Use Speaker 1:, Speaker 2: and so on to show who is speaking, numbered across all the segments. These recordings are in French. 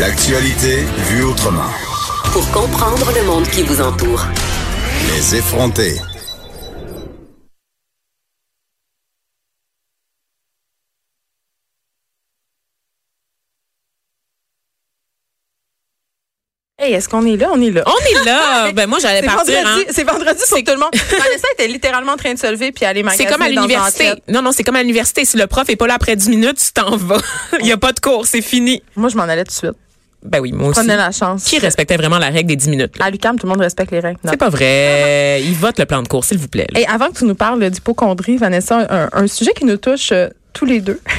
Speaker 1: L'actualité vue autrement.
Speaker 2: Pour comprendre le monde qui vous entoure.
Speaker 1: Les effrontés.
Speaker 3: Hey, est-ce qu'on est là? On est là. Oh,
Speaker 4: On est là. ben moi j'allais
Speaker 3: C'est
Speaker 4: partir.
Speaker 3: vendredi,
Speaker 4: hein.
Speaker 3: c'est vendredi pour tout le monde. Vanessa était littéralement en train de se lever puis aller
Speaker 4: C'est
Speaker 3: magasiner
Speaker 4: comme à
Speaker 3: dans un
Speaker 4: l'université.
Speaker 3: outlet.
Speaker 4: Non non, c'est comme à l'université. Si le prof est pas là après 10 minutes, tu t'en vas. Il y a pas de cours, c'est fini.
Speaker 3: Moi, je m'en allais tout de suite.
Speaker 4: Ben oui, moi aussi.
Speaker 3: Prenez la chance.
Speaker 4: Qui respectait vraiment la règle des 10 minutes là?
Speaker 3: À l'UCAM, tout le monde respecte les règles. Non.
Speaker 4: C'est pas vrai. Ils votent le plan de cours, s'il vous plaît. là.
Speaker 3: Hey, avant que tu nous parles d'hypocondrie, Vanessa, un, un sujet qui nous touche euh, tous les deux,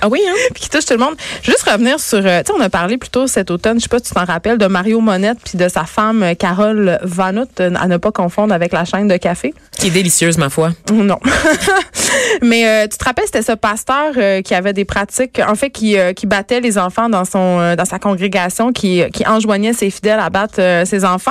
Speaker 4: Ah oui hein.
Speaker 3: puis qui touche tout le monde. Je veux juste revenir sur, euh, tu sais, on a parlé plus tôt cet automne, je sais pas si tu t'en rappelles, de Mario Monette puis de sa femme euh, Carole Vanout, euh, à ne pas confondre avec la chaîne de café.
Speaker 4: Qui est délicieuse ma foi.
Speaker 3: Non. Mais euh, tu te rappelles, c'était ce pasteur euh, qui avait des pratiques, en fait, qui, euh, qui battait les enfants dans son euh, dans sa congrégation, qui, euh, qui enjoignait ses fidèles à battre euh, ses enfants.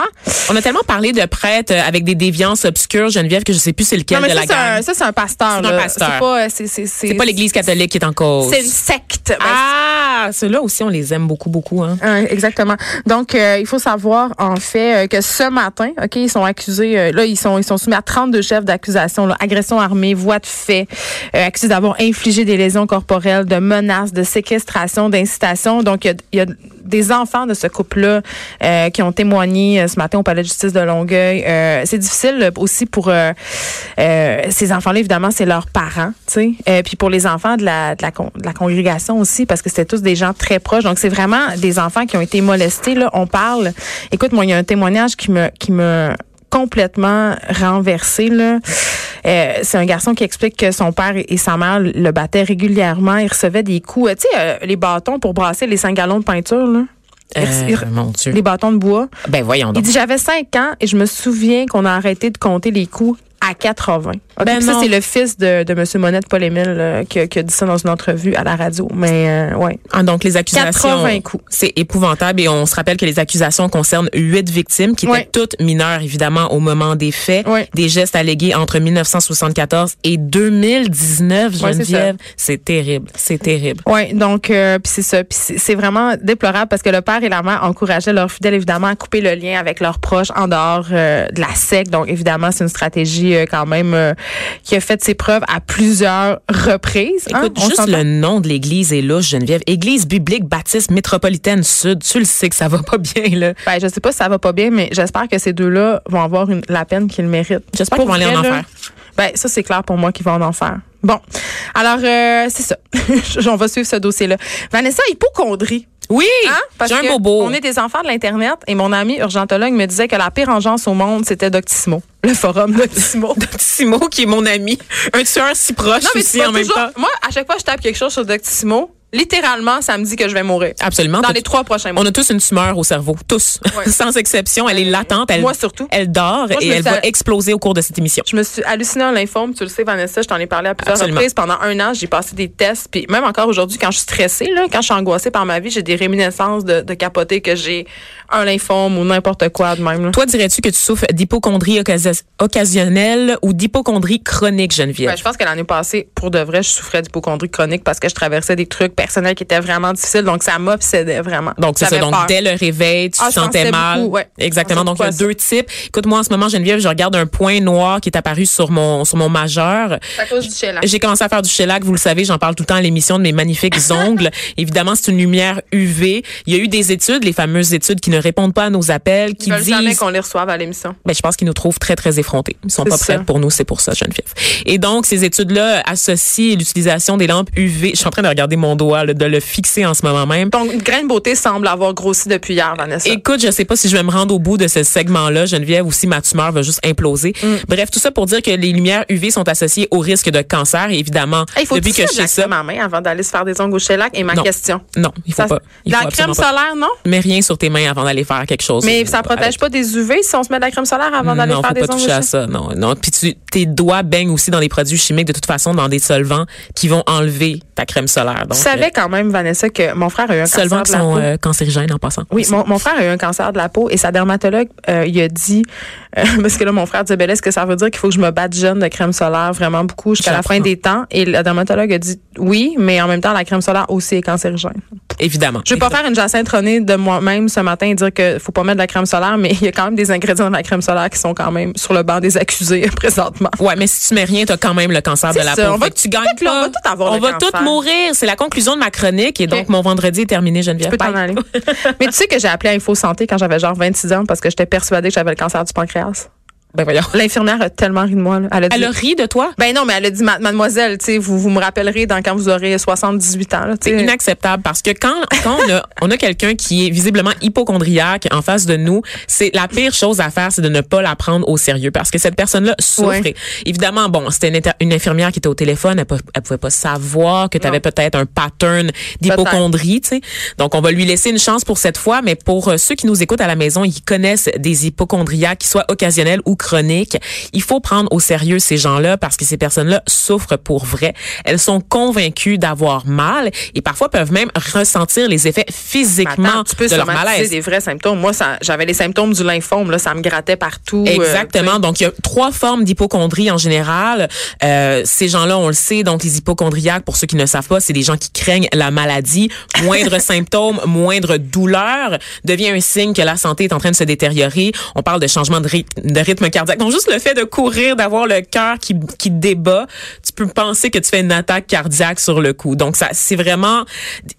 Speaker 4: On a tellement parlé de prêtres euh, avec des déviances obscures, Geneviève, que je sais plus c'est lequel
Speaker 3: Non, mais
Speaker 4: de
Speaker 3: ça,
Speaker 4: la
Speaker 3: c'est un,
Speaker 4: gamme.
Speaker 3: ça, c'est un pasteur.
Speaker 4: C'est un
Speaker 3: là.
Speaker 4: pasteur.
Speaker 3: C'est pas, euh, c'est, c'est,
Speaker 4: C'est pas l'Église catholique qui est en cause.
Speaker 3: C'est une secte. Ben,
Speaker 4: Ah, ceux-là aussi on les aime beaucoup beaucoup hein.
Speaker 3: Euh, exactement. Donc, euh, il faut savoir en fait euh, que ce matin, ok, ils sont accusés. euh, là, ils sont ils sont soumis à 32 chefs d'accusation, là, agression armée, voie de fait, euh, accusés d'avoir infligé des lésions corporelles, de menaces, de séquestration, d'incitation. Donc, il y a, il y a des enfants de ce couple-là euh, qui ont témoigné euh, ce matin au palais de justice de Longueuil. Euh, c'est difficile euh, aussi pour euh, euh, ces enfants-là. Évidemment, c'est leurs parents, tu sais. Euh, puis pour les enfants de la de la, con- de la congrégation aussi, parce que c'était tous des gens très proches. Donc, c'est vraiment des enfants qui ont été molestés. Là, on parle. Écoute, moi, il y a un témoignage qui me, qui me complètement renversé. Là. Euh, c'est un garçon qui explique que son père et sa mère le battaient régulièrement. Il recevait des coups, euh, tu sais, euh, les bâtons pour brasser les 5 gallons de peinture, là. Il
Speaker 4: Euh,
Speaker 3: re-
Speaker 4: mon Dieu.
Speaker 3: les bâtons de bois.
Speaker 4: Ben voyons
Speaker 3: Il
Speaker 4: donc.
Speaker 3: dit j'avais 5 ans et je me souviens qu'on a arrêté de compter les coups à 80. Ok,
Speaker 4: Ben
Speaker 3: puis Ah, ça
Speaker 4: non.
Speaker 3: c'est le fils de, de M. Monette Paul Émile euh, qui, a- qui a dit ça dans une entrevue à la radio. Mais euh, ouais.
Speaker 4: Ah, donc les accusations,
Speaker 3: 80 coups.
Speaker 4: c'est épouvantable et on se rappelle que les accusations concernent huit victimes qui étaient
Speaker 3: Ouais.
Speaker 4: toutes mineures évidemment au moment des faits,
Speaker 3: Ouais.
Speaker 4: des gestes allégués entre 1974 et 2019.
Speaker 3: Ouais, c'est
Speaker 4: Geneviève, c'est terrible, c'est terrible.
Speaker 3: Oui, donc euh, puis c'est ça, puis c'est c'est vraiment déplorable parce que le père et la mère encourageaient leurs fidèles évidemment à couper le lien avec leurs proches en dehors euh, de la SEC. Donc évidemment, c'est une stratégie euh, quand même euh, qui a fait ses preuves à plusieurs reprises. hein.
Speaker 4: Écoute,
Speaker 3: On
Speaker 4: juste
Speaker 3: s'entend?
Speaker 4: le nom de l'église est louche, Geneviève. Église biblique baptiste métropolitaine sud. Tu le sais que ça va pas bien là.
Speaker 3: Ben, je sais pas si ça va pas bien, mais j'espère que ces deux-là vont avoir une- la peine qu'ils méritent.
Speaker 4: J'espère
Speaker 3: Pour
Speaker 4: qu'ils vont aller
Speaker 3: vrai,
Speaker 4: en
Speaker 3: là,
Speaker 4: enfer.
Speaker 3: Ben, ça, c'est clair pour moi qu'ils vont en enfer. Bon. Alors, euh, c'est ça. On va suivre ce dossier-là. Vanessa, hypochondrie.
Speaker 4: Oui,
Speaker 3: Hein? Parce
Speaker 4: j'ai un
Speaker 3: que
Speaker 4: bobo.
Speaker 3: On est des enfants de l'Internet et mon ami urgentologue me disait que la pire engeance au monde, c'était Doctissimo. Le forum Doctissimo.
Speaker 4: Simo qui est mon ami, un tueur si proche aussi
Speaker 3: tu vas
Speaker 4: en même
Speaker 3: toujours-
Speaker 4: temps.
Speaker 3: Moi, à chaque fois que je tape quelque chose sur Doctissimo, littéralement, ça me dit que je vais mourir.
Speaker 4: Absolument.
Speaker 3: Dans
Speaker 4: t'as-
Speaker 3: les trois prochains mois.
Speaker 4: On a tous une tumeur au cerveau, tous,
Speaker 3: Ouais. Ben,
Speaker 4: sans exception. Elle est latente. Elle,
Speaker 3: Moi surtout.
Speaker 4: Elle dort
Speaker 3: Moi, je
Speaker 4: et
Speaker 3: me
Speaker 4: elle
Speaker 3: suis-
Speaker 4: va exploser au cours de cette émission.
Speaker 3: Je me suis hallucinée en lymphome, tu le sais Vanessa, je t'en ai parlé à plusieurs
Speaker 4: Absolument.
Speaker 3: reprises pendant un an, j'ai passé des tests puis même encore aujourd'hui quand je suis stressée là, quand je suis angoissée par ma vie, j'ai des réminiscences de, de capoter que j'ai un lymphome ou n'importe quoi de même. là.
Speaker 4: Toi, dirais-tu que tu souffres d'hypochondrie occasion- occasionnelle ou d'hypochondrie chronique, Geneviève?
Speaker 3: Ben, je pense que l'année passée, pour de vrai, je souffrais d'hypochondrie chronique parce que je traversais des trucs personnels qui étaient vraiment difficiles, donc ça m'obsédait vraiment.
Speaker 4: Donc, c'est ça.
Speaker 3: J'avais
Speaker 4: Donc,
Speaker 3: peur.
Speaker 4: dès le réveil, tu
Speaker 3: Ah,
Speaker 4: te
Speaker 3: je
Speaker 4: sentais
Speaker 3: pensais
Speaker 4: mal.
Speaker 3: beaucoup, ouais.
Speaker 4: Exactement.
Speaker 3: Je pensais
Speaker 4: Donc, il y a
Speaker 3: beaucoup à
Speaker 4: deux types. Écoute, moi, en ce moment, Geneviève, je regarde un point noir qui est apparu sur mon, sur mon majeur.
Speaker 3: C'est à cause du chélan.
Speaker 4: J'ai commencé à faire du shellac, vous le savez, j'en parle tout le temps à l'émission de mes magnifiques ongles. Évidemment, c'est une lumière UV. Il y a eu des études, les fameuses études qui ne répondent pas à nos appels, qui
Speaker 3: Ils veulent jamais
Speaker 4: disent
Speaker 3: qu'on les reçoive à l'émission.
Speaker 4: ben, je pense qu'ils nous trouvent très, très effrontés. Ils sont
Speaker 3: C'est
Speaker 4: pas
Speaker 3: ça.
Speaker 4: prêts pour nous, c'est pour ça, Geneviève. Et donc, ces études-là associent l'utilisation des lampes UV. Je suis en train de regarder mon doigt, là, de le fixer en ce moment même.
Speaker 3: Ton grain de beauté semble avoir grossi depuis hier, Vanessa.
Speaker 4: Écoute, je sais pas si je vais me rendre au bout de ce segment-là, Geneviève, ou si ma tumeur va juste imploser.
Speaker 3: Mm.
Speaker 4: Bref, tout ça pour dire que les lumières UV sont associées au risque de cancer, et évidemment.
Speaker 3: Hey, faut
Speaker 4: depuis
Speaker 3: tout
Speaker 4: que
Speaker 3: de
Speaker 4: je
Speaker 3: suite
Speaker 4: sais
Speaker 3: lacrer ma
Speaker 4: ça.
Speaker 3: main avant d'aller se faire des ongles au shellac et ma
Speaker 4: Non.
Speaker 3: question.
Speaker 4: Non, il faut
Speaker 3: Ça-
Speaker 4: pas. Il
Speaker 3: la
Speaker 4: faut
Speaker 3: crème
Speaker 4: absolument pas.
Speaker 3: solaire, non?
Speaker 4: Mets rien sur tes mains avant d'aller faire quelque chose.
Speaker 3: Mais ça
Speaker 4: Euh,
Speaker 3: protège
Speaker 4: avec-
Speaker 3: pas des UV si on se met de la crème solaire avant d'aller
Speaker 4: non,
Speaker 3: faire
Speaker 4: faut
Speaker 3: des
Speaker 4: pas
Speaker 3: ongles.
Speaker 4: toucher à ça. Non, non. Puis tu, tes doigts baignent aussi dans des produits chimiques, de toute façon, dans des solvants qui vont enlever ta crème solaire. Donc,
Speaker 3: Tu
Speaker 4: euh,
Speaker 3: savais quand même, Vanessa, que mon frère a eu un cancer
Speaker 4: solvants qui
Speaker 3: de la
Speaker 4: sont
Speaker 3: peau.
Speaker 4: euh, cancérigènes en passant.
Speaker 3: Oui, mon, mon frère a eu un cancer de la peau et sa dermatologue, euh, il a dit, euh, parce que là, mon frère disait, ben là, est-ce que ça veut dire qu'il faut que je me batte jeune de crème solaire vraiment beaucoup jusqu'à la fin
Speaker 4: J'apprends.
Speaker 3: des temps? Et la dermatologue a dit, oui, mais en même temps, la crème solaire aussi est cancérigène.
Speaker 4: Évidemment.
Speaker 3: Je vais pas faire une jacinthe René de moi-même ce matin et dire que faut pas mettre de la crème solaire, mais il y a quand même des ingrédients dans la crème solaire qui sont quand même sur le banc des accusés présentement.
Speaker 4: Ouais, mais si tu mets rien, t'as quand même le cancer de
Speaker 3: C'est
Speaker 4: la
Speaker 3: ça,
Speaker 4: peau.
Speaker 3: on va
Speaker 4: Fait que tu gagnes
Speaker 3: peut-être
Speaker 4: pas.
Speaker 3: qu'on va tous avoir
Speaker 4: On
Speaker 3: le
Speaker 4: va
Speaker 3: cancer.
Speaker 4: tous mourir. C'est la conclusion de ma chronique et donc
Speaker 3: Ok.
Speaker 4: mon vendredi est terminé, Geneviève.
Speaker 3: Tu peux t'en
Speaker 4: Bye.
Speaker 3: aller. mais tu sais que j'ai appelé Info Santé quand j'avais genre 26 ans parce que j'étais persuadée que j'avais le cancer du pancréas.
Speaker 4: Ben voyons.
Speaker 3: L'infirmière a tellement ri de moi. là. Elle a dit,
Speaker 4: Elle a ri de toi.
Speaker 3: ben non, mais elle a dit, Ma- mademoiselle, tu sais, vous, vous me rappellerez dans quand vous aurez 78 ans. là, tu
Speaker 4: C'est
Speaker 3: sais.
Speaker 4: inacceptable parce que quand, quand on a, on a quelqu'un qui est visiblement hypochondriaque en face de nous, c'est la pire chose à faire, c'est de ne pas la prendre au sérieux parce que cette personne-là souffrait.
Speaker 3: Ouais.
Speaker 4: Évidemment, bon, c'était une, inter- une infirmière qui était au téléphone, elle, pou- elle pouvait pas savoir que tu avais
Speaker 3: Non.
Speaker 4: peut-être un pattern d'hypochondrie, tu sais. Donc, on va lui laisser une chance pour cette fois, mais pour euh, ceux qui nous écoutent à la maison et qui connaissent des hypochondriaques, qu'ils soient occasionnels ou chroniques, il faut prendre au sérieux ces gens-là parce que ces personnes-là souffrent pour vrai. Elles sont convaincues d'avoir mal et parfois peuvent même ressentir les effets
Speaker 3: Mais attends,
Speaker 4: physiquement
Speaker 3: tu peux
Speaker 4: de leur
Speaker 3: somatiser
Speaker 4: malaise.
Speaker 3: des vrais symptômes. Moi, ça- j'avais les symptômes du lymphome, là, ça me grattait partout. euh,
Speaker 4: Exactement. donc, il y a trois formes d'hypochondrie en général. Euh, ces gens-là, on le sait, donc les hypochondriaques, pour ceux qui ne savent pas, c'est des gens qui craignent la maladie. Moindre symptôme, moindre douleur devient un signe que la santé est en train de se détériorer. On parle de changement de rythme, de rythme cardiaque. Donc, juste le fait de courir, d'avoir le cœur qui, qui débat, tu peux penser que tu fais une attaque cardiaque sur le coup. Donc, ça, c'est vraiment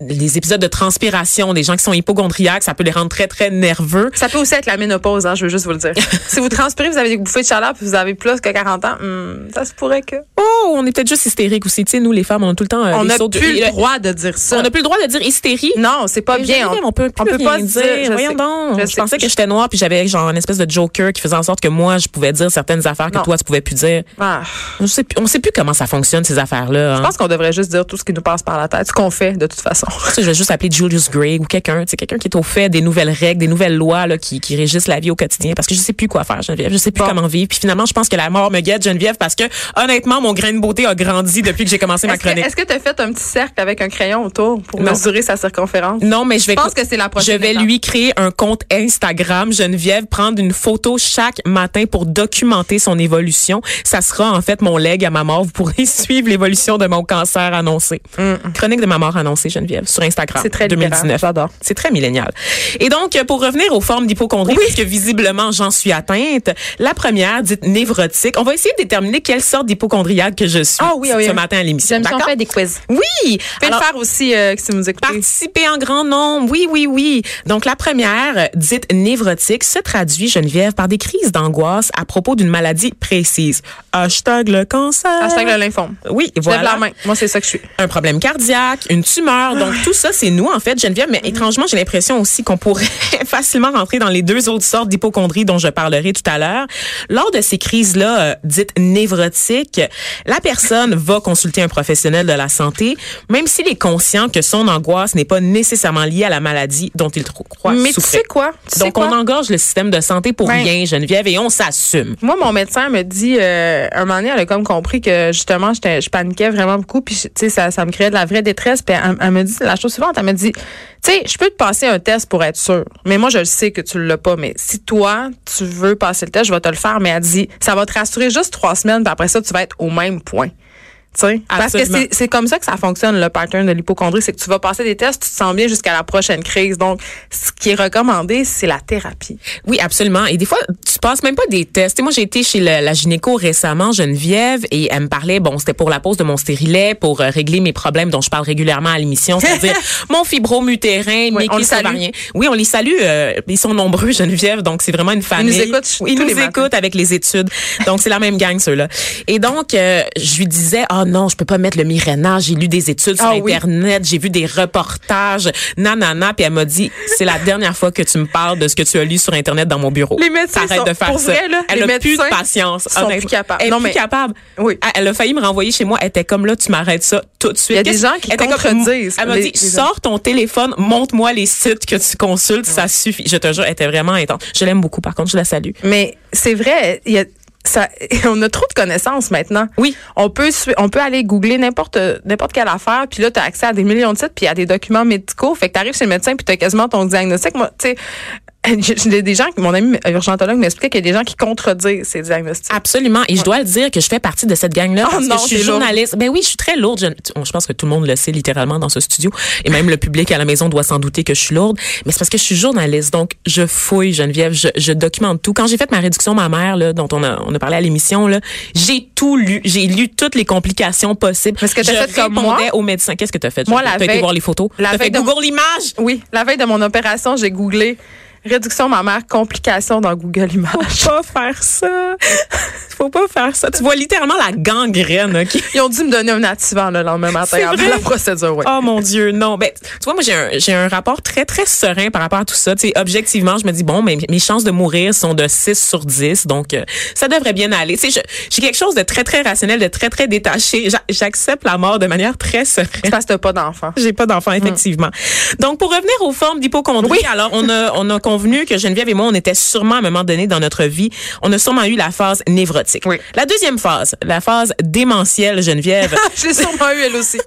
Speaker 4: les épisodes de transpiration des gens qui sont hypochondriaques, ça peut les rendre très, très nerveux.
Speaker 3: Ça peut aussi être la ménopause, hein, je veux juste vous le dire. si vous transpirez, vous avez des bouffées de chaleur, puis vous avez plus que 40 ans, hmm, ça se pourrait que.
Speaker 4: Oh, on est peut-être juste hystérique aussi. Tu sais, nous, les femmes, on a tout le temps euh,
Speaker 3: on
Speaker 4: des
Speaker 3: n'a
Speaker 4: sauts de-
Speaker 3: plus
Speaker 4: et
Speaker 3: le
Speaker 4: le-
Speaker 3: droit de dire ça.
Speaker 4: On n'a plus le droit de dire hystérie.
Speaker 3: Non, c'est pas
Speaker 4: Mais
Speaker 3: bien.
Speaker 4: j'arrive, on, peut plus
Speaker 3: on peut
Speaker 4: rien
Speaker 3: pas se
Speaker 4: dire.
Speaker 3: dire. je
Speaker 4: Voyons
Speaker 3: sais.
Speaker 4: donc.
Speaker 3: Je
Speaker 4: Je,
Speaker 3: sais.
Speaker 4: pensais que j'étais noire puis j'avais genre une espèce de joker qui faisait en sorte que moi je pouvais dire certaines affaires que
Speaker 3: Non.
Speaker 4: toi tu pouvais plus dire.
Speaker 3: Ah,
Speaker 4: Je sais plus, on sait plus comment ça fonctionne ces hein. affaires là.
Speaker 3: je pense qu'on devrait juste dire tout ce qui nous passe par la tête, ce qu'on fait de toute façon.
Speaker 4: je vais juste appeler Julius Gregg ou quelqu'un, tu sais, quelqu'un qui est au fait des nouvelles règles, des nouvelles lois là, qui, qui régissent la vie au quotidien parce que je sais plus quoi faire, Geneviève, je sais plus
Speaker 3: Bon.
Speaker 4: comment vivre. Puis finalement, je pense que la mort me guette, Geneviève, parce que honnêtement, mon grain de beauté a grandi depuis que j'ai commencé ma
Speaker 3: Est-ce que-
Speaker 4: chronique.
Speaker 3: est-ce que tu as fait un petit cercle avec un crayon autour pour
Speaker 4: Non.
Speaker 3: mesurer sa circonférence?
Speaker 4: Non, mais je vais.
Speaker 3: Je pense que c'est la prochaine
Speaker 4: Je vais
Speaker 3: étape.
Speaker 4: lui créer un compte Instagram, Geneviève, prendre une photo chaque matin pour documenter son évolution. Ça sera en fait mon leg à ma mort. Vous pourrez suivre l'évolution de mon cancer annoncé. Chronique de ma mort annoncée, Geneviève, sur Instagram.
Speaker 3: Mm. C'est très libéral.
Speaker 4: 2019.
Speaker 3: J'adore.
Speaker 4: C'est très millénial. Et donc, euh, pour revenir aux formes d'hypochondrie, puisque visiblement j'en suis atteinte, la première, dite névrotique, on va essayer de déterminer quelle sorte d'hypochondriaque que je suis
Speaker 3: Ah oui, ah oui,
Speaker 4: ce
Speaker 3: oui.
Speaker 4: matin à l'émission.
Speaker 3: J'aime ça, on
Speaker 4: D'accord?
Speaker 3: fait des quiz.
Speaker 4: Oui!
Speaker 3: Fais
Speaker 4: Alors,
Speaker 3: le faire aussi euh, si vous nous écoutez.
Speaker 4: Participer en grand nombre, oui, oui, oui. Donc, la première, euh, dite névrotique, se traduit, Geneviève, par des crises d'angoisse à propos d'une maladie précise. Hashtag le cancer.
Speaker 3: Hashtag le lymphome.
Speaker 4: Oui,
Speaker 3: Je lève
Speaker 4: voilà.
Speaker 3: la main. Moi, c'est ça que je suis.
Speaker 4: Un problème cardiaque, une tumeur. Donc, tout ça, c'est nous, en fait, Geneviève.
Speaker 3: Mm-hmm.
Speaker 4: Mais étrangement, j'ai l'impression aussi qu'on pourrait facilement rentrer dans les deux autres sortes d'hypochondrie dont je parlerai tout à l'heure. Lors de ces crises-là, euh, dites névrotiques, la personne va consulter un professionnel de la santé, même s'il est conscient que son angoisse n'est pas nécessairement liée à la maladie dont il tro- croit
Speaker 3: Mais tu
Speaker 4: souffrir.
Speaker 3: sais quoi? Tu sais
Speaker 4: Donc,
Speaker 3: quoi? Ben
Speaker 4: on engorge le système de santé pour
Speaker 3: Ouais.
Speaker 4: rien, Geneviève, et on s'assume.
Speaker 3: Moi, mon médecin me dit, euh, un moment donné, elle a comme compris que justement, j'étais- je paniquais vraiment beaucoup, puis tu sais, ça, ça me créait de la vraie détresse. Puis elle, elle me dit la chose suivante, elle me dit, tu sais, je peux te passer un test pour être sûre, mais moi, je le sais que tu l'as pas, mais si toi, tu veux passer le test, je vais te le faire. Mais elle dit, ça va te rassurer juste trois semaines, puis après ça, tu vas être au même point. Tu sais, Parce que
Speaker 4: Absolument.
Speaker 3: c'est c'est comme ça que ça fonctionne, le pattern de l'hypochondrie, c'est que tu vas passer des tests, tu te sens bien jusqu'à la prochaine crise. Donc, ce qui est recommandé, c'est la thérapie.
Speaker 4: Oui, absolument. Et des fois, tu passes même pas des tests. Tu sais, moi, j'ai été chez la, la gynéco récemment, Geneviève, et elle me parlait, bon, c'était pour la pose de mon stérilet, pour euh, régler mes problèmes dont je parle régulièrement à l'émission, c'est-à-dire mon fibrome utérin, mes
Speaker 3: on les
Speaker 4: kystes
Speaker 3: salue.
Speaker 4: ovariens. Oui, on les salue. euh, ils sont nombreux, Geneviève, donc c'est vraiment une famille.
Speaker 3: écoutent ch-
Speaker 4: Oui, ils
Speaker 3: tous les
Speaker 4: nous
Speaker 3: matins.
Speaker 4: écoutent avec les études. Donc, c'est la même gang, ceux-là. Et donc, euh, je lui disais, ah non, je peux pas mettre le Mirena. J'ai lu des études sur
Speaker 3: Ah oui.
Speaker 4: Internet, j'ai vu des reportages, nanana. Puis elle m'a dit, c'est la dernière fois que tu me parles de ce que tu as lu sur Internet dans mon bureau.
Speaker 3: Les médecins
Speaker 4: T'arrêtes
Speaker 3: sont-
Speaker 4: de faire
Speaker 3: pour
Speaker 4: ça.
Speaker 3: vrai, là,
Speaker 4: elle
Speaker 3: les
Speaker 4: a plus de
Speaker 3: médecins
Speaker 4: patience.
Speaker 3: sont
Speaker 4: honnêtement.
Speaker 3: plus capables.
Speaker 4: Elle est
Speaker 3: Non,
Speaker 4: plus
Speaker 3: mais-
Speaker 4: capable.
Speaker 3: Oui.
Speaker 4: Elle- Elle a failli me renvoyer chez moi. Elle était comme là, tu m'arrêtes ça tout de suite.
Speaker 3: Il y a des
Speaker 4: Qu'est-ce-
Speaker 3: gens qui
Speaker 4: elle était comme-
Speaker 3: contredisent
Speaker 4: Elle m'a
Speaker 3: les-
Speaker 4: dit,
Speaker 3: les-
Speaker 4: sors ton téléphone, montre-moi les sites que tu consultes, ça suffit. Je te jure, elle était vraiment intense. Je l'aime beaucoup, par contre, je la salue.
Speaker 3: Mais c'est vrai, il y a ça, on a trop de connaissances maintenant.
Speaker 4: Oui.
Speaker 3: On peut sui- on peut aller googler n'importe n'importe quelle affaire, puis là tu as accès à des millions de sites, puis à des documents médicaux, fait que tu arrives chez le médecin puis tu as quasiment ton diagnostic. Moi, tu sais j'ai des gens, mon ami urgentologue m'expliquait qu'il y a des gens qui contredisent ces diagnostics.
Speaker 4: Absolument. Et je dois le dire que je fais partie de cette gang-là
Speaker 3: Oh
Speaker 4: parce
Speaker 3: non,
Speaker 4: que je suis
Speaker 3: t'es lourde.
Speaker 4: journaliste. Ben oui, je suis très lourde. Je, je pense que tout le monde le sait littéralement dans ce studio. Et même le public à la maison doit s'en douter que je suis lourde. Mais c'est parce que je suis journaliste. Donc, je fouille, Geneviève. Je, je documente tout. Quand j'ai fait ma réduction mammaire, là, dont on a, on a parlé à l'émission, là, j'ai tout lu. J'ai lu toutes les complications possibles.
Speaker 3: Parce que t'as
Speaker 4: je
Speaker 3: fait comme moi.
Speaker 4: répondais au médecin. Qu'est-ce que t'as fait?
Speaker 3: Moi,
Speaker 4: Geneviève?
Speaker 3: la
Speaker 4: T'as été
Speaker 3: veille-
Speaker 4: voir les photos.
Speaker 3: la
Speaker 4: T'as fait
Speaker 3: veille de-
Speaker 4: Google l'image.
Speaker 3: Oui, la veille de mon opération, j'ai googlé réduction mammaire complications dans Google Images.
Speaker 4: Faut pas faire ça. Faut pas faire ça. Tu vois littéralement la gangrène, OK?
Speaker 3: Ils ont dû me donner un activant le lendemain matin
Speaker 4: C'est
Speaker 3: avant
Speaker 4: vrai?
Speaker 3: la procédure, oui.
Speaker 4: Oh mon Dieu, non. Ben, tu vois, moi, j'ai un, j'ai un rapport très, très serein par rapport à tout ça. Tu sais, objectivement, je me dis, bon, mais mes chances de mourir sont de 6 sur 10, donc euh, ça devrait bien aller. Tu sais, je- j'ai quelque chose de très, très rationnel, de très, très détaché. J'a- J'accepte la mort de manière très
Speaker 3: C'est
Speaker 4: sereine.
Speaker 3: parce que t'as pas d'enfant.
Speaker 4: J'ai pas d'enfant, effectivement. Donc, pour revenir aux formes d'hypochondrie, alors, on a, on a convenu que Geneviève et moi, on était sûrement, à un moment donné, dans notre vie, on a sûrement eu la phase névrotique.
Speaker 3: Oui.
Speaker 4: La deuxième phase, la phase démentielle, Geneviève.
Speaker 3: Je l'ai sûrement eu, elle aussi.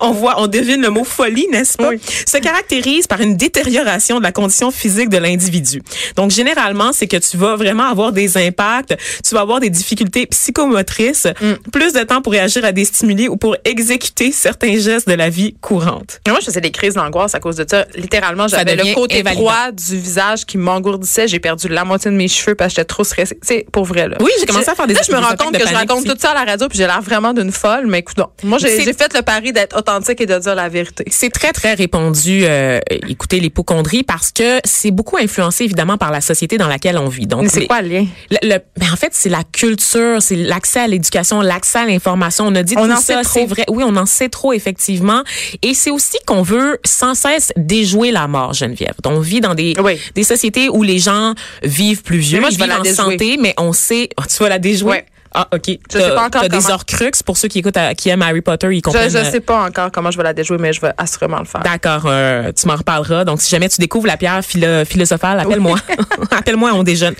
Speaker 4: on voit, on devine le mot folie, n'est-ce pas?
Speaker 3: Oui.
Speaker 4: Se caractérise par une détérioration de la condition physique de l'individu. Donc, généralement, c'est que tu vas vraiment avoir des impacts, tu vas avoir des difficultés psychomotrices, plus de temps pour réagir à des stimuli ou pour exécuter certains gestes de la vie courante.
Speaker 3: Mais Moi, je faisais des crises d'angoisse à cause de ça. Littéralement,
Speaker 4: Ça
Speaker 3: j'avais le
Speaker 4: devient
Speaker 3: côté
Speaker 4: invalidant.
Speaker 3: droit du visage qui m'engourdissait. J'ai perdu la moitié de mes cheveux parce que j'étais trop stressée. Tu sais, pour vrai, là.
Speaker 4: Oui, j'ai commencé à faire des-
Speaker 3: Là, je me
Speaker 4: des
Speaker 3: rends
Speaker 4: attaques
Speaker 3: compte
Speaker 4: de
Speaker 3: que je
Speaker 4: panique,
Speaker 3: raconte
Speaker 4: si.
Speaker 3: tout ça à la radio puis j'ai l'air vraiment d'une folle, mais écoute donc. Moi, j'ai
Speaker 4: C'est-
Speaker 3: j'ai fait le pari d'être authentique et de dire la vérité.
Speaker 4: C'est très, très répandu, euh, écoutez, l'hypochondrie, parce que c'est beaucoup influencé, évidemment, par la société dans laquelle on vit. Donc,
Speaker 3: Mais c'est
Speaker 4: les-
Speaker 3: quoi le lien?
Speaker 4: Le- le- ben, en fait, c'est la culture, c'est l'accès à l'éducation, l'accès à l'information. On a dit
Speaker 3: On
Speaker 4: tout
Speaker 3: en sait
Speaker 4: ça,
Speaker 3: trop.
Speaker 4: c'est vrai. Oui, on en sait trop effectivement. Et c'est aussi qu'on veut sans cesse déjouer la mort, Geneviève. Donc, on vit dans des
Speaker 3: Oui.
Speaker 4: des sociétés où les gens vivent plus vieux,
Speaker 3: Mais moi, je
Speaker 4: ils
Speaker 3: vais
Speaker 4: vivent
Speaker 3: la
Speaker 4: en
Speaker 3: déjouer.
Speaker 4: santé, mais on sait. Ah, tu vas la déjouer.
Speaker 3: Ouais.
Speaker 4: Ah, ok. Je
Speaker 3: sais pas encore
Speaker 4: des
Speaker 3: comment.
Speaker 4: horcruxes pour ceux qui écoutent, à- qui aiment Harry Potter, ils
Speaker 3: Je,
Speaker 4: comprennent.
Speaker 3: je
Speaker 4: euh,
Speaker 3: sais pas encore comment je vais la déjouer, mais je vais assurément le faire.
Speaker 4: D'accord, euh, tu m'en reparleras. Donc, si jamais tu découvres la pierre philo- philosophale, appelle-moi. appelle-moi, on déjeune.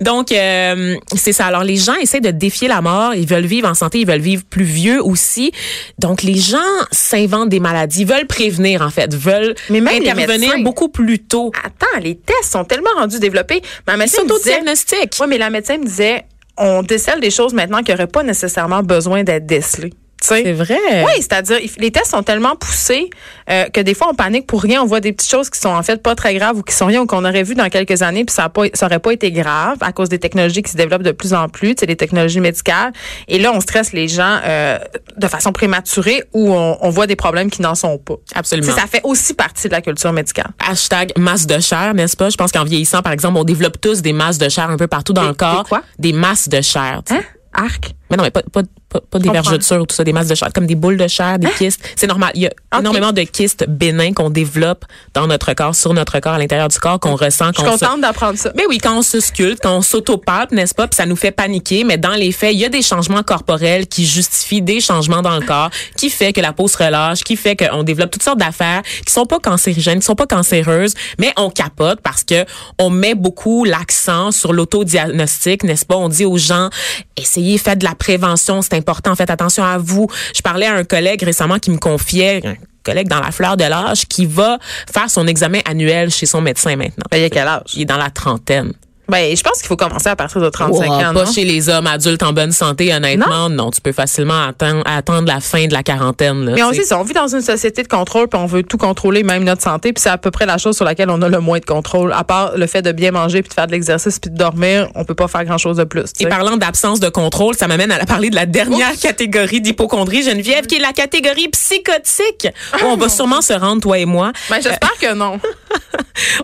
Speaker 4: Donc, euh, c'est ça. Alors, les gens essaient de défier la mort. Ils veulent vivre en santé. Ils veulent vivre plus vieux aussi. Donc, les gens s'inventent des maladies, veulent prévenir, en fait, veulent
Speaker 3: Mais même les
Speaker 4: intervenir
Speaker 3: médecins.
Speaker 4: beaucoup plus tôt.
Speaker 3: Attends, les tests sont tellement rendus développés. Ma médecin me disait,
Speaker 4: S'autodiagnostic.
Speaker 3: Oui, mais la médecin me disait, on décèle des choses maintenant qui n'auraient pas nécessairement besoin d'être décelées. Tu sais?
Speaker 4: C'est vrai.
Speaker 3: Oui, c'est-à-dire, il- les tests sont tellement poussés euh, que des fois, on panique pour rien. On voit des petites choses qui sont en fait pas très graves ou qui sont rien ou qu'on aurait vu dans quelques années, puis ça a pas- ça aurait pas été grave à cause des technologies qui se développent de plus en plus, tu sais, les technologies médicales. Et là, on stresse les gens euh, de façon prématurée ou on, on voit des problèmes qui n'en sont pas. Tu
Speaker 4: Absolument.
Speaker 3: sais, ça fait aussi partie de la culture médicale.
Speaker 4: Hashtag masse de chair, n'est-ce pas? Je pense qu'en vieillissant, par exemple, on développe tous des masses de chair un peu partout dans
Speaker 3: Des-
Speaker 4: le corps.
Speaker 3: des quoi?
Speaker 4: Des masses de chair. tu sais.
Speaker 3: Hein? Arc?
Speaker 4: Mais non, mais pas, pas, pas, pas des
Speaker 3: Comprends. Ah!
Speaker 4: vergetures, tout ça, des masses de chair, comme des boules de chair, des kystes. C'est normal. Il y a
Speaker 3: Ok.
Speaker 4: énormément de kystes bénins qu'on développe dans notre corps, sur notre corps, à l'intérieur du corps, qu'on ressent,
Speaker 3: Je
Speaker 4: qu'on
Speaker 3: suis
Speaker 4: se-
Speaker 3: contente d'apprendre ça.
Speaker 4: Mais Ben oui, quand on se sculpte, quand on s'autopalpe, n'est-ce pas, puis ça nous fait paniquer, mais dans les faits, il y a des changements corporels qui justifient des changements dans le corps, qui fait que la peau se relâche, qui fait qu'on développe toutes sortes d'affaires qui sont pas cancérigènes, qui sont pas cancéreuses, mais on capote parce que on met beaucoup l'accent sur l'autodiagnostic, n'est-ce pas? On dit aux gens, essayez, faites de la prévention, c'est important, faites attention à vous. Je parlais à un collègue récemment qui me confiait, un collègue dans la fleur de l'âge, qui va faire son examen annuel chez son médecin maintenant.
Speaker 3: Ben, il y a quel âge?
Speaker 4: Il est dans la trentaine.
Speaker 3: Ben, je pense qu'il faut commencer à partir de 35
Speaker 4: Wow,
Speaker 3: ans.
Speaker 4: Pas
Speaker 3: non?
Speaker 4: chez les hommes adultes en bonne santé, honnêtement. Non, tu peux facilement attendre, attendre la fin de la quarantaine. Là,
Speaker 3: Mais on
Speaker 4: tu sais.
Speaker 3: sait, si on vit dans une société de contrôle, puis on veut tout contrôler, même notre santé, puis c'est à peu près la chose sur laquelle on a le moins de contrôle. À part le fait de bien manger, puis de faire de l'exercice, puis de dormir, on peut pas faire grand-chose de plus. tu
Speaker 4: Et
Speaker 3: sais.
Speaker 4: parlant d'absence de contrôle, ça m'amène à parler de la dernière catégorie d'hypochondrie, Geneviève, qui est la catégorie psychotique. où on va sûrement se rendre, toi et moi. Euh,
Speaker 3: Ben, j'espère que non.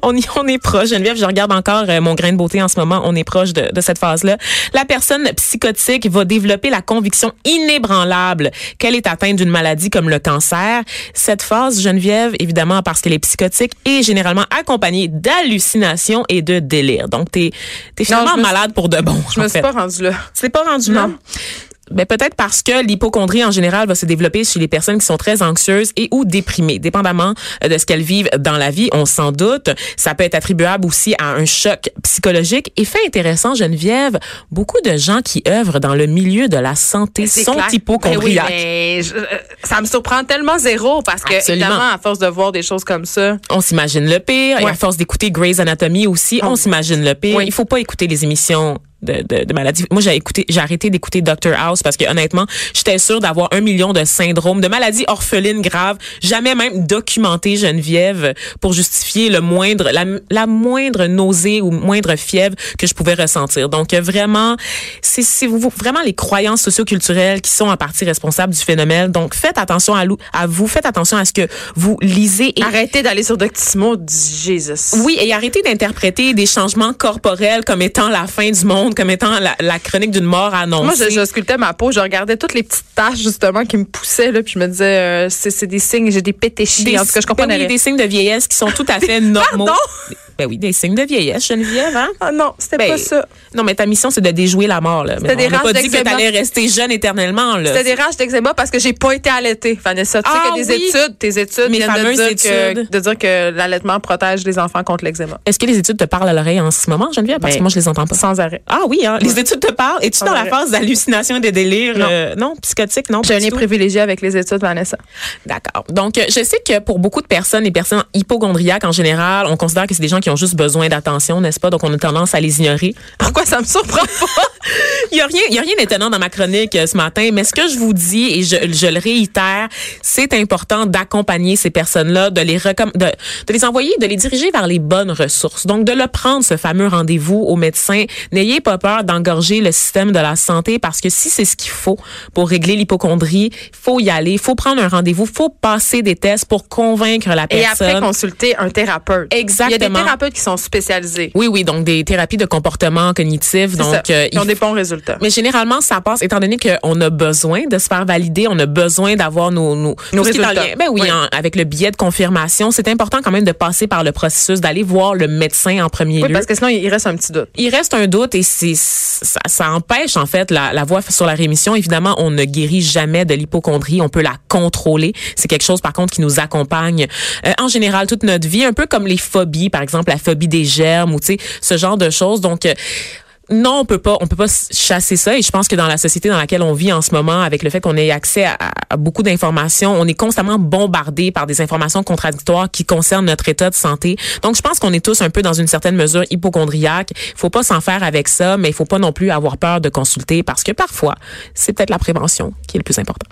Speaker 4: on, y, on est proche, Geneviève. Je regarde encore euh, mon grain de beauté en ce moment. On est proche de, de cette phase-là. La personne psychotique va développer la conviction inébranlable qu'elle est atteinte d'une maladie comme le cancer. Cette phase, Geneviève, évidemment, parce qu'elle est psychotique, est généralement accompagnée d'hallucinations et de délires. Donc, t'es es
Speaker 3: je
Speaker 4: finalement
Speaker 3: me suis-
Speaker 4: malade pour de bon.
Speaker 3: Je me
Speaker 4: en
Speaker 3: suis
Speaker 4: fait.
Speaker 3: pas rendue là.
Speaker 4: Tu t'es pas rendu là.
Speaker 3: Non.
Speaker 4: Ben, peut-être parce que l'hypochondrie en général va se développer chez les personnes qui sont très anxieuses et ou déprimées, dépendamment euh, de ce qu'elles vivent dans la vie, on s'en doute. Ça peut être attribuable aussi à un choc psychologique. Et fait intéressant, Geneviève, beaucoup de gens qui œuvrent dans le milieu de la santé
Speaker 3: Ben, C'est
Speaker 4: sont
Speaker 3: clair.
Speaker 4: hypochondriaques.
Speaker 3: Ben oui, mais je- euh, ça me surprend tellement zéro parce que,
Speaker 4: Absolument.
Speaker 3: évidemment, à force de voir des choses comme ça,
Speaker 4: On s'imagine le pire. Et
Speaker 3: Ouais.
Speaker 4: à force d'écouter Grey's Anatomy aussi, on s'imagine le pire.
Speaker 3: Oui.
Speaker 4: Il faut pas écouter les émissions de, de, de maladies. Moi, j'ai écouté, j'ai arrêté d'écouter Dr House parce que honnêtement, j'étais sûre d'avoir un million de syndromes, de maladies orphelines graves, jamais même documentées, Geneviève, pour justifier le moindre, la, la moindre nausée ou moindre fièvre que je pouvais ressentir. Donc euh, vraiment, c'est c'est vous- vraiment les croyances socioculturelles qui sont en partie responsables du phénomène. Donc faites attention à, lou- à vous, faites attention à ce que vous lisez et
Speaker 3: arrêtez d'aller sur Doctissimo, Jesus.
Speaker 4: oui, et arrêter d'interpréter des changements corporels comme étant la fin du monde, comme étant la, la chronique d'une mort annoncée.
Speaker 3: Moi, je, je sculptais ma peau, je regardais toutes les petites taches, justement, qui me poussaient, là, puis je me disais, euh, c'est c'est des signes, j'ai des pétéchis.
Speaker 4: des,
Speaker 3: en tout cas, je
Speaker 4: ben
Speaker 3: comprenais
Speaker 4: oui,
Speaker 3: rien.
Speaker 4: des signes de vieillesse qui sont tout à fait normaux.
Speaker 3: Pardon?
Speaker 4: Ben oui, des signes de vieillesse, Geneviève, hein?
Speaker 3: Ah non, c'était
Speaker 4: Ben,
Speaker 3: pas ça.
Speaker 4: Non, mais ta mission, c'est de déjouer la mort, là. Mais
Speaker 3: C'était des
Speaker 4: on n'a pas
Speaker 3: races
Speaker 4: dit que
Speaker 3: d'eczéma.
Speaker 4: t'allais rester jeune éternellement, là.
Speaker 3: C'était des rages d'eczéma parce que j'ai pas été allaitée, Vanessa. Tu
Speaker 4: Ah
Speaker 3: sais que des
Speaker 4: oui.
Speaker 3: études, tes études
Speaker 4: Mes
Speaker 3: viennent de
Speaker 4: fameuses
Speaker 3: dire, Que,
Speaker 4: études.
Speaker 3: de dire que l'allaitement protège les enfants contre l'eczéma.
Speaker 4: Est-ce que les études te parlent à l'oreille en ce moment, Geneviève? Parce que
Speaker 3: Ben,
Speaker 4: moi, je les entends pas.
Speaker 3: Sans arrêt.
Speaker 4: Ah oui, hein? Les études te parlent. Es-tu
Speaker 3: Sans
Speaker 4: dans la
Speaker 3: arrêt.
Speaker 4: phase d'hallucination et de délire?
Speaker 3: Non.
Speaker 4: euh, non, psychotique, non?
Speaker 3: J'ai
Speaker 4: pas
Speaker 3: un
Speaker 4: du
Speaker 3: nez
Speaker 4: tout?
Speaker 3: privilégié avec les études, Vanessa.
Speaker 4: D'accord. Donc, euh, je sais que pour beaucoup de personnes, les personnes hypochondriaques en général, on considère que c'est des gens qui ont juste besoin d'attention, n'est-ce pas? Donc, on a tendance à les ignorer.
Speaker 3: Pourquoi ça me surprend pas?
Speaker 4: Il y a rien, il y a rien d'étonnant dans ma chronique euh, ce matin, mais ce que je vous dis et je, je le réitère, c'est important d'accompagner ces personnes-là, de les recomm- de, de les envoyer, de les diriger vers les bonnes ressources. Donc de le prendre ce fameux rendez-vous au médecin. N'ayez pas peur d'engorger le système de la santé parce que si c'est ce qu'il faut pour régler l'hypochondrie, faut y aller, faut prendre un rendez-vous, faut passer des tests pour convaincre la
Speaker 3: Et
Speaker 4: personne.
Speaker 3: après consulter un thérapeute. Il y a des
Speaker 4: Exactement.
Speaker 3: thérapeutes qui sont spécialisés.
Speaker 4: oui, oui, donc des thérapies de comportement cognitif.
Speaker 3: C'est
Speaker 4: Donc,
Speaker 3: ça.
Speaker 4: euh,
Speaker 3: Ils ont
Speaker 4: il
Speaker 3: des bons résultats.
Speaker 4: Mais généralement, ça passe, étant donné qu'on a besoin de se faire valider, on a besoin d'avoir nos, nos,
Speaker 3: Nos
Speaker 4: tout ce qui est en
Speaker 3: résultats.
Speaker 4: lien- Ben oui,
Speaker 3: Oui.
Speaker 4: en- avec le billet de confirmation, c'est important quand même de passer par le processus, d'aller voir le médecin en premier
Speaker 3: oui,
Speaker 4: lieu.
Speaker 3: parce que sinon, il il reste un petit doute.
Speaker 4: Il reste un doute et c'est ça, ça empêche en fait la, la voie sur la rémission. Évidemment, on ne guérit jamais de l'hypochondrie. On peut la contrôler. C'est quelque chose par contre qui nous accompagne euh, en général toute notre vie, un peu comme les phobies, par exemple la phobie des germes ou tu sais ce genre de choses. Donc euh, non, on peut pas, on peut pas chasser ça. Et je pense que dans la société dans laquelle on vit en ce moment, avec le fait qu'on ait accès à, à beaucoup d'informations, on est constamment bombardé par des informations contradictoires qui concernent notre état de santé. Donc, je pense qu'on est tous un peu dans une certaine mesure hypochondriaque. Faut pas s'en faire avec ça, mais il faut pas non plus avoir peur de consulter parce que parfois, c'est peut-être la prévention qui est le plus important.